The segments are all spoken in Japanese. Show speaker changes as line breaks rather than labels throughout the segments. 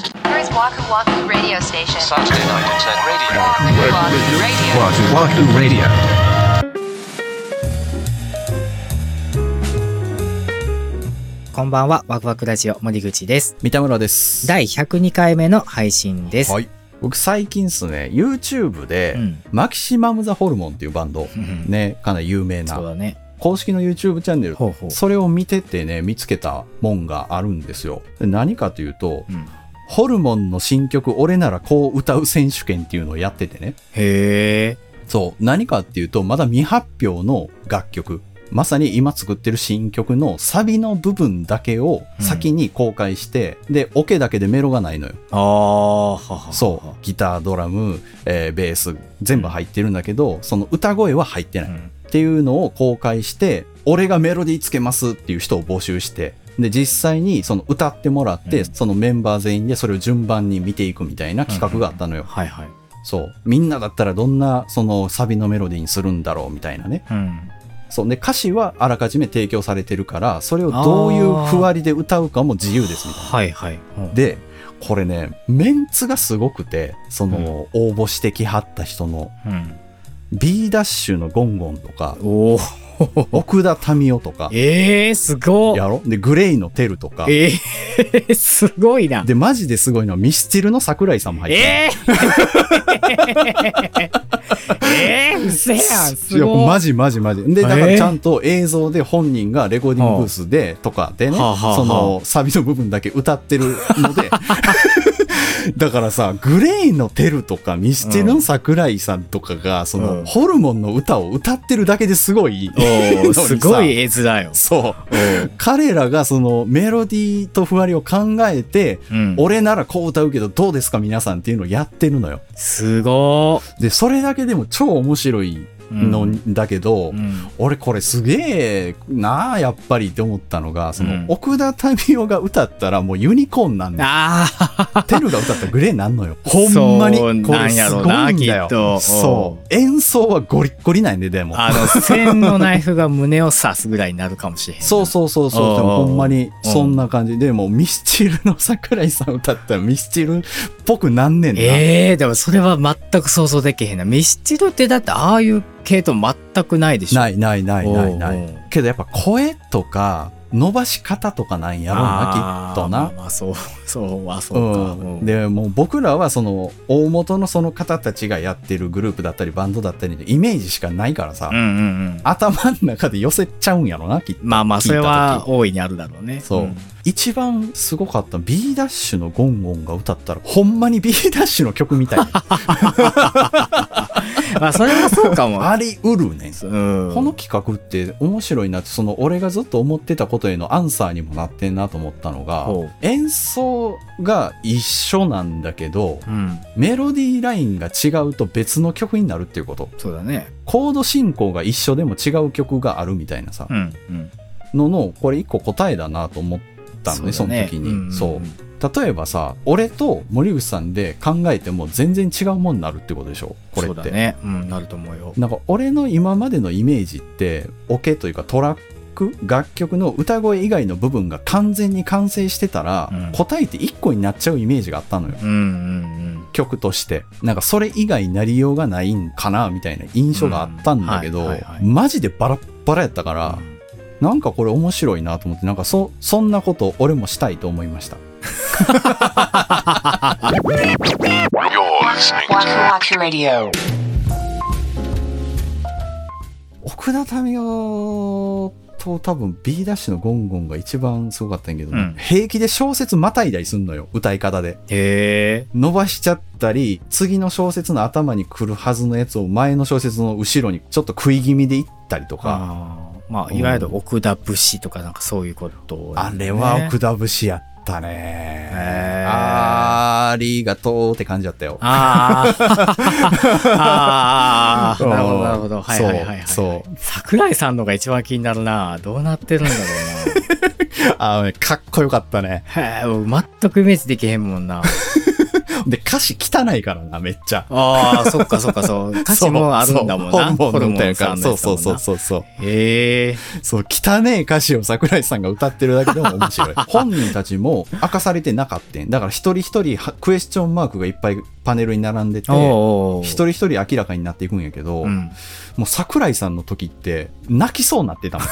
Waku Waku Radio Station.
Saturday night at 10 radio.
Waku Waku Radio.
Wahoo Wahoo Radio.
こんばんは、ワクワクラジオ森口です。
三田村です。
第102回目の配信です。
はい。僕最近ですね、YouTube で、
うん
マキシマム・ザ・ホルモンっていうバンド、
ん
ね、かなり有名
そう
な、
だね。
公式の YouTube チャンネル
ほうほう
それを見ててね、見つけたもんがあるんですよ。で何かというと、
うん
ホルモンの新曲、俺ならこう歌う選手権っていうのをやっててね。
へえ。
そう、何かっていうと、まだ未発表の楽曲。まさに今作ってる新曲のサビの部分だけを先に公開して、で、オケだけでメロがないのよ。
ああ、はは
そうギタードラム、えーベース全部入ってるんだけど、その歌声は入ってない、
う
っ
ん。
ていうのを公開して俺がメロディーつけますっていう人を募集してで実際にその歌ってもらって、
うん
そのメンバー全員でそれを順番に見ていくみたいな企画があったのよ、
はいはい。
そうみんなだったらどんなそのサビのメロディーにするんだろうみたいなね
うん。
そうで歌詞はあらかじめ提供されてるからそれをどういうふわりで歌うかも自由ですみたいな
はいはい。うん、
でこれねメンツがすごくてその、応募してきはった人の
うん。
B ダッシュのゴンゴンとか
おお。
奥田民生とか
ええー、すごっ
やろでグレイのテルとか
ええー、すごいな。
でマジですごいのはミスチルの桜井さんも入ってる
えー、 えー、うせやん、す
いや
ご
マ
い。
ジマジマジでだか
えー
らちゃんと映像で本人がレコーディングブースでとかでね、
はあはあ
そのサビの部分だけ歌ってるので だからさグレイのテルとかミスチルの桜井さんとかがその、
うん
ホルモンの歌を歌ってるだけですごい
おー
のにさ
すごい絵面よ。
そう
うん
彼らがそのメロディーとふわりを考えて、
うん
俺ならこう歌うけどどうですか皆さんっていうのをやってるのよ
すご
でそれだけでも超面白いのんだけ
ー。
ど、
うん。
俺これすげえなあやっぱりって思ったのがその、
うん
奥田民生が歌ったらもうユニコーンなんだ
ああ。
テルが歌ったらグレーなんのよほんまに
そう
これ
な
すごいんだ
んやろうなきっと
よそう演奏はゴリッゴリなんででも
あの、線のナイフが胸を刺すぐらいになるかもしれへん。
そうそうそうそうで
あー
もほんまにそんな感じでもうミスチルの桜井さん歌ったらミスチルっぽくなんねんな、
ええでもそれは全く想像できへんな。ミスチルってだってああいう系統全くないでしょ。い。
ないないないないな
おうおう
いけどやっぱ声とか伸ばし方とかなんやろうなきっと
ま
な
あまあそう、そう、まあそうか。
うん、でもう僕らはその大元のその方たちがやってるグループだったりバンドだったりのイメージしかないからさ、
うんうんうん。
頭の中で寄せちゃうんやろなきっと
まあまあ、それ
聞いた
は
時
大いにあるだろうね。
そう、
ん
一番すごかった B ダッシュのゴンゴンが歌ったらほんまに B ダッシュの曲みたいな
まあそれは そうか も。
ありうるねん
うん
この企画って面白いなってその俺がずっと思ってたことへのアンサーにもなってんなと思ったのが
ほう
演奏が一緒なんだけど
うん、
メロディーラインが違うと別の曲になるっていうこと
そうだね。
コード進行が一緒でも違う曲があるみたいなさ、
うん、うん。
ののこれ一個答えだなと思ったのねそ
だね
の時に、
うんうんうん
そう例えばさ俺と森口さんで考えても全然違うもんになるってことでしょこれ
そ
っ
うだ
て、
ね。うん、なると思うよ。
なんか俺の今までのイメージってオケというかトラック楽曲の歌声以外の部分が完全に完成してたら、
うん
答えって一個になっちゃうイメージがあったのよ
うん、うん、
曲としてなんかそれ以外なりようがないんかなみたいな印象があったんだけ
うん
ど
はいはいはい
マジでバラッバラやったか
う
ら
ん。
なんかこれ面白いなと思ってなんかそそんなこと俺もしたいと思いました
You're listening
Waku
to
Waku Radio.
奥田民生と多分 B ダッシュのゴンゴンが一番すごかったんやけど、
うん
平気で小説またいだりすんのよ歌い方で
へえ。
伸ばしちゃったり次の小説の頭に来るはずのやつを前の小説の後ろにちょっと食い気味でいったりとか、
あーまあ、
うん
いわゆる奥田節とかなんかそういうこと、
あれは奥
田。
田節やったね。
へー
ありがとうって感じだったよ。
あ ーあー。
うん
なるほど、なるほど。はいはいはい、はい。
そうそう
桜井さんのが一番気になるな。どうなってるんだろ
あーかっこよかったね。
うな。へえ、僕全くイメージできへんもんな。
で、歌詞汚いからな、めっちゃ。
ああ、そっかそっか そう。歌詞もあるんだもんな。
そうそうホルモンの歌やか
さ
ら。
んの
そ
や
う
つだ
そ
もな
うんそうそうそう。
へえ。
そう、汚い歌詞を桜井さんが歌ってるだけでも 面白い。本人たちも明かされてなかったん。だから一人一人はクエスチョンマークがいっぱいパネルに並んでて、
おうおう
一人一人明らかになっていくんやけど、
うん。
もう桜井さんの時って泣きそうになってたもん。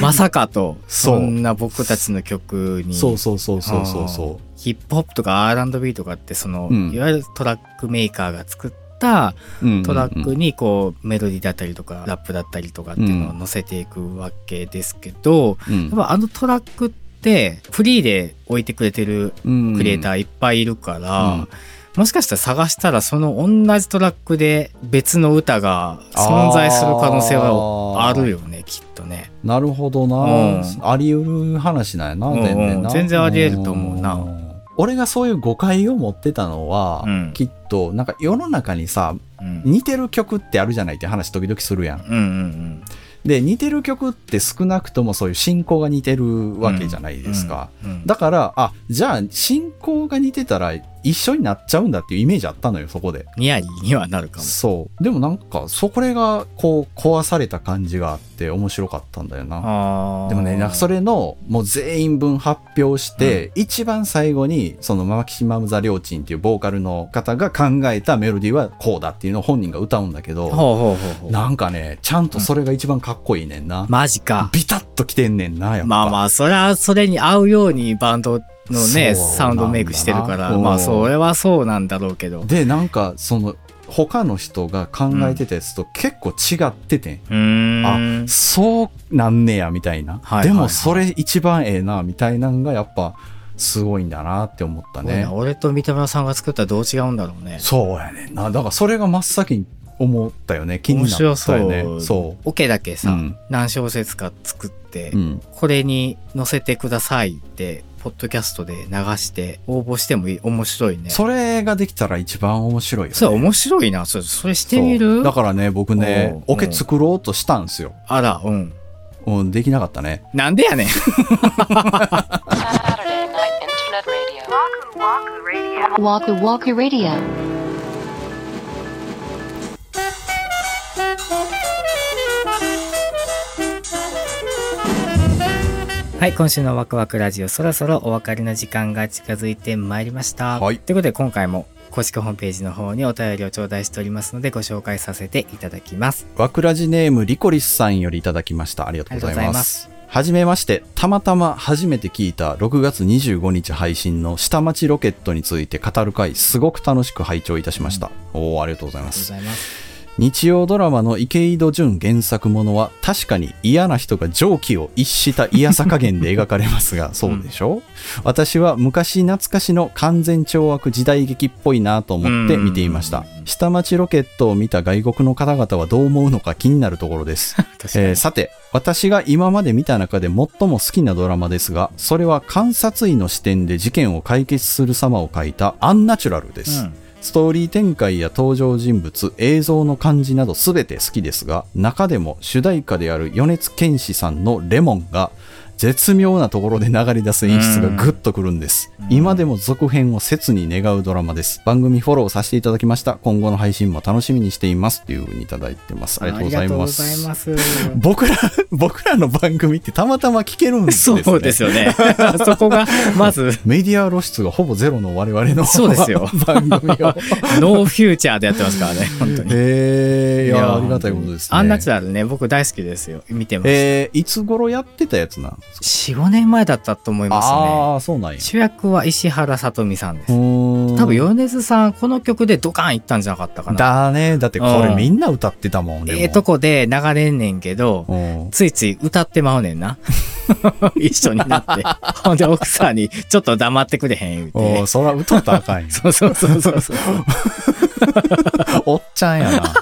まさかと、
そ
そ
う
んな僕たちの曲に。
そうそうそうそうそうそ
あーヒップホップとか R&B とかってその、
うん
いわゆるトラックメーカーが作った
う。うんうんうん
トラックにこうメロディーだったりとかラップだったりとかっていうのを乗せていくわけですけど、
う
や
ん
っぱあのトラックってフリーで置いてくれてるクリエイターいっぱいいるから、
うん
もしかしたら探したらその同じトラックで別の歌が存在する可能性はあるよねきっとね。
なるほどな、
うん
あり得る話なんやな、
うんうん
全然な
全然あり得ると思うなん
俺がそういう誤解を持ってたのは、
うん
きっとなんか世の中にさ
うん、
似てる曲ってあるじゃないって話時々するやん
うんうん
で似てる曲って少なくともそういう進行が似てるわけじゃない
うん。
ですか、
うん。うん
だからあじゃあ進行が似てたら一緒になっちゃうんだっていうイメージあったのよそこで
ニヤリにはなるかも。
そうでもなんかそこれがこう壊された感じがあって面白かったんだよな
あー
でもね、なんかそれの、もう全員分発表して、一番最後に、そのマキシマム・ザ・リョーチンっていうボーカルの方が考えたメロディーはこうだっていうのを本人が歌うんだけ
ほう
ど、
ほうほうほう。
なんかね、ちゃんとそれが一番かっこいいねんな。
マジか。
ビタッときてんねんな、やっぱ。
まあまあ、それはそれに合うようにバンドのね、
そうなんだな
サウンドメイクしてるから、
うん
まあ、それはそうなんだろうけど。
で、なんか、その、他の人が考えてたやつと結構違っててん。
うーん
あ、。そうなんねや、みたい
は
な。
いはいはい
でも、それ一番ええな、みたいなんが、やっぱ、すごいんだなって思ったね。
俺と三田村さんが作ったらどう違うんだろうね。
そうやねんな。だからそれが真っ先に思ったよね。気になったよね。
面白
そ
オケだけさ、
うん
何小節か作って、
う。うん。
これに載せてくださいって、ポッドキャストで流して、応募してもいい面白いね。
それができたら一番面白いよね。
そう、面白いな。それそれしてみ
そう
る
だからね、僕ね、
おう
オケ作ろうとしたんですよ。
あら、うん。
うん、できなかったね。
なんでやねん。
Saturday Night Internet Radio. Waku Waku Radio. Waku Waku Radio.
はい、今週のワクワクラジオ、そろそろお別れの時間が近づいてまいりました。
はい
ということで、今回も公式ホームページの方にお便りを頂戴しておりますので、ご紹介させていただきます。
わくらじネームリコリスさんよりいただきました。ありがとうござ
あ
い
りがとうござい
ま。
ます
はじめまして、たまたま初めて聞いた6月25日配信の下町ロケットについて語る回、すごく楽しく拝聴いたしました。おおありがとうござい
ありが
ま
とうご
す。
ざいます。
日曜ドラマの池井戸潤原作ものは確かに嫌な人が常軌を逸した嫌さ加減で描かれますがそうでしょ、う私は昔懐かしの完全懲悪時代劇っぽいなと思って見ていました下町ロケットを見た外国の方々はどう思うのか気になるところです
確かに
えーさて、私が今まで見た中で最も好きなドラマですが、それは観察医の視点で事件を解決する様を書いたアンナチュラルです。
うん
ストーリー展開や登場人物、映像の感じなど全て好きですが、中でも主題歌である米津玄師さんのレモンが、絶妙なところで流れ出す演出がグッとくるんです。今でも続編を切に願うドラマです。番組フォローさせていただきました。今後の配信も楽しみにしています。というふうにいただいてます。ありがとうございます。
ありがとうございま
僕ら、僕らの番組ってたまたま聞けるんです
す。
ね。
そうですよ ね。そこが、まず、
メディア露出がほぼゼロの我々の
そうですよ
番組を。
ノーフューチャーでやってますからね、本当に。
えー、
い
い
や
や、ありがたいことですね。
アンナチュ
ラ
ラルね、僕大好きですよ。見てます。
えー、いつ頃やってたやつなんですか
4、5年前だったと思いますね。
ああ、そうなんや。
主役は石原さとみさんです。
多
多分米津さんこの曲でドカンいったんじゃなかったかな。
だね。だってこれ
うん
みんな歌ってたもん。でも
ええとこで流れんねんけど、
うん
ついつい歌ってまうねんな。 一緒になっ て。ほんで奥さんにちょっと黙ってくれへん言う
お
て
ー。そら歌ったらあかんや
そうそうそうそう そう。
おっちゃんやな。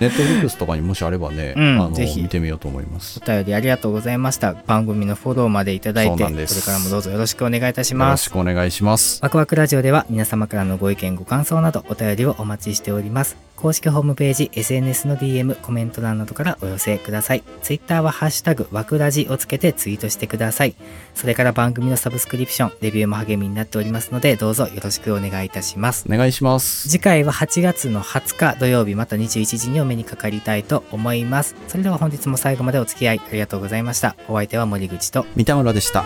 ネットフリックスとかにもしあればね、
うん
あの
ぜひ
見てみようと思います。
お便りありがとうございました。番組のフォローまでいただい
そう
て、
な
こ
んで
れ
す
からもどうぞよろしくお願いいたし
よろ
ま
し
す。
くお願いします。
ワクワクラジオでは皆様からのご意見ご感想などお便りをお待ちしております。公式ホームページ、SNS の DM、コメント欄などからお寄せください。Twitter はハッシュタグ、わくらじをつけてツイートしてください。それから番組のサブスクリプション、レビューも励みになっておりますので、どうぞよろしくお願いいたします。
お願いします。
次回は8月の20日土曜日また21時にお目にかかりたいと思います。それでは本日も最後までお付き合いありがとうございました。お相手は森口と
三田村でした。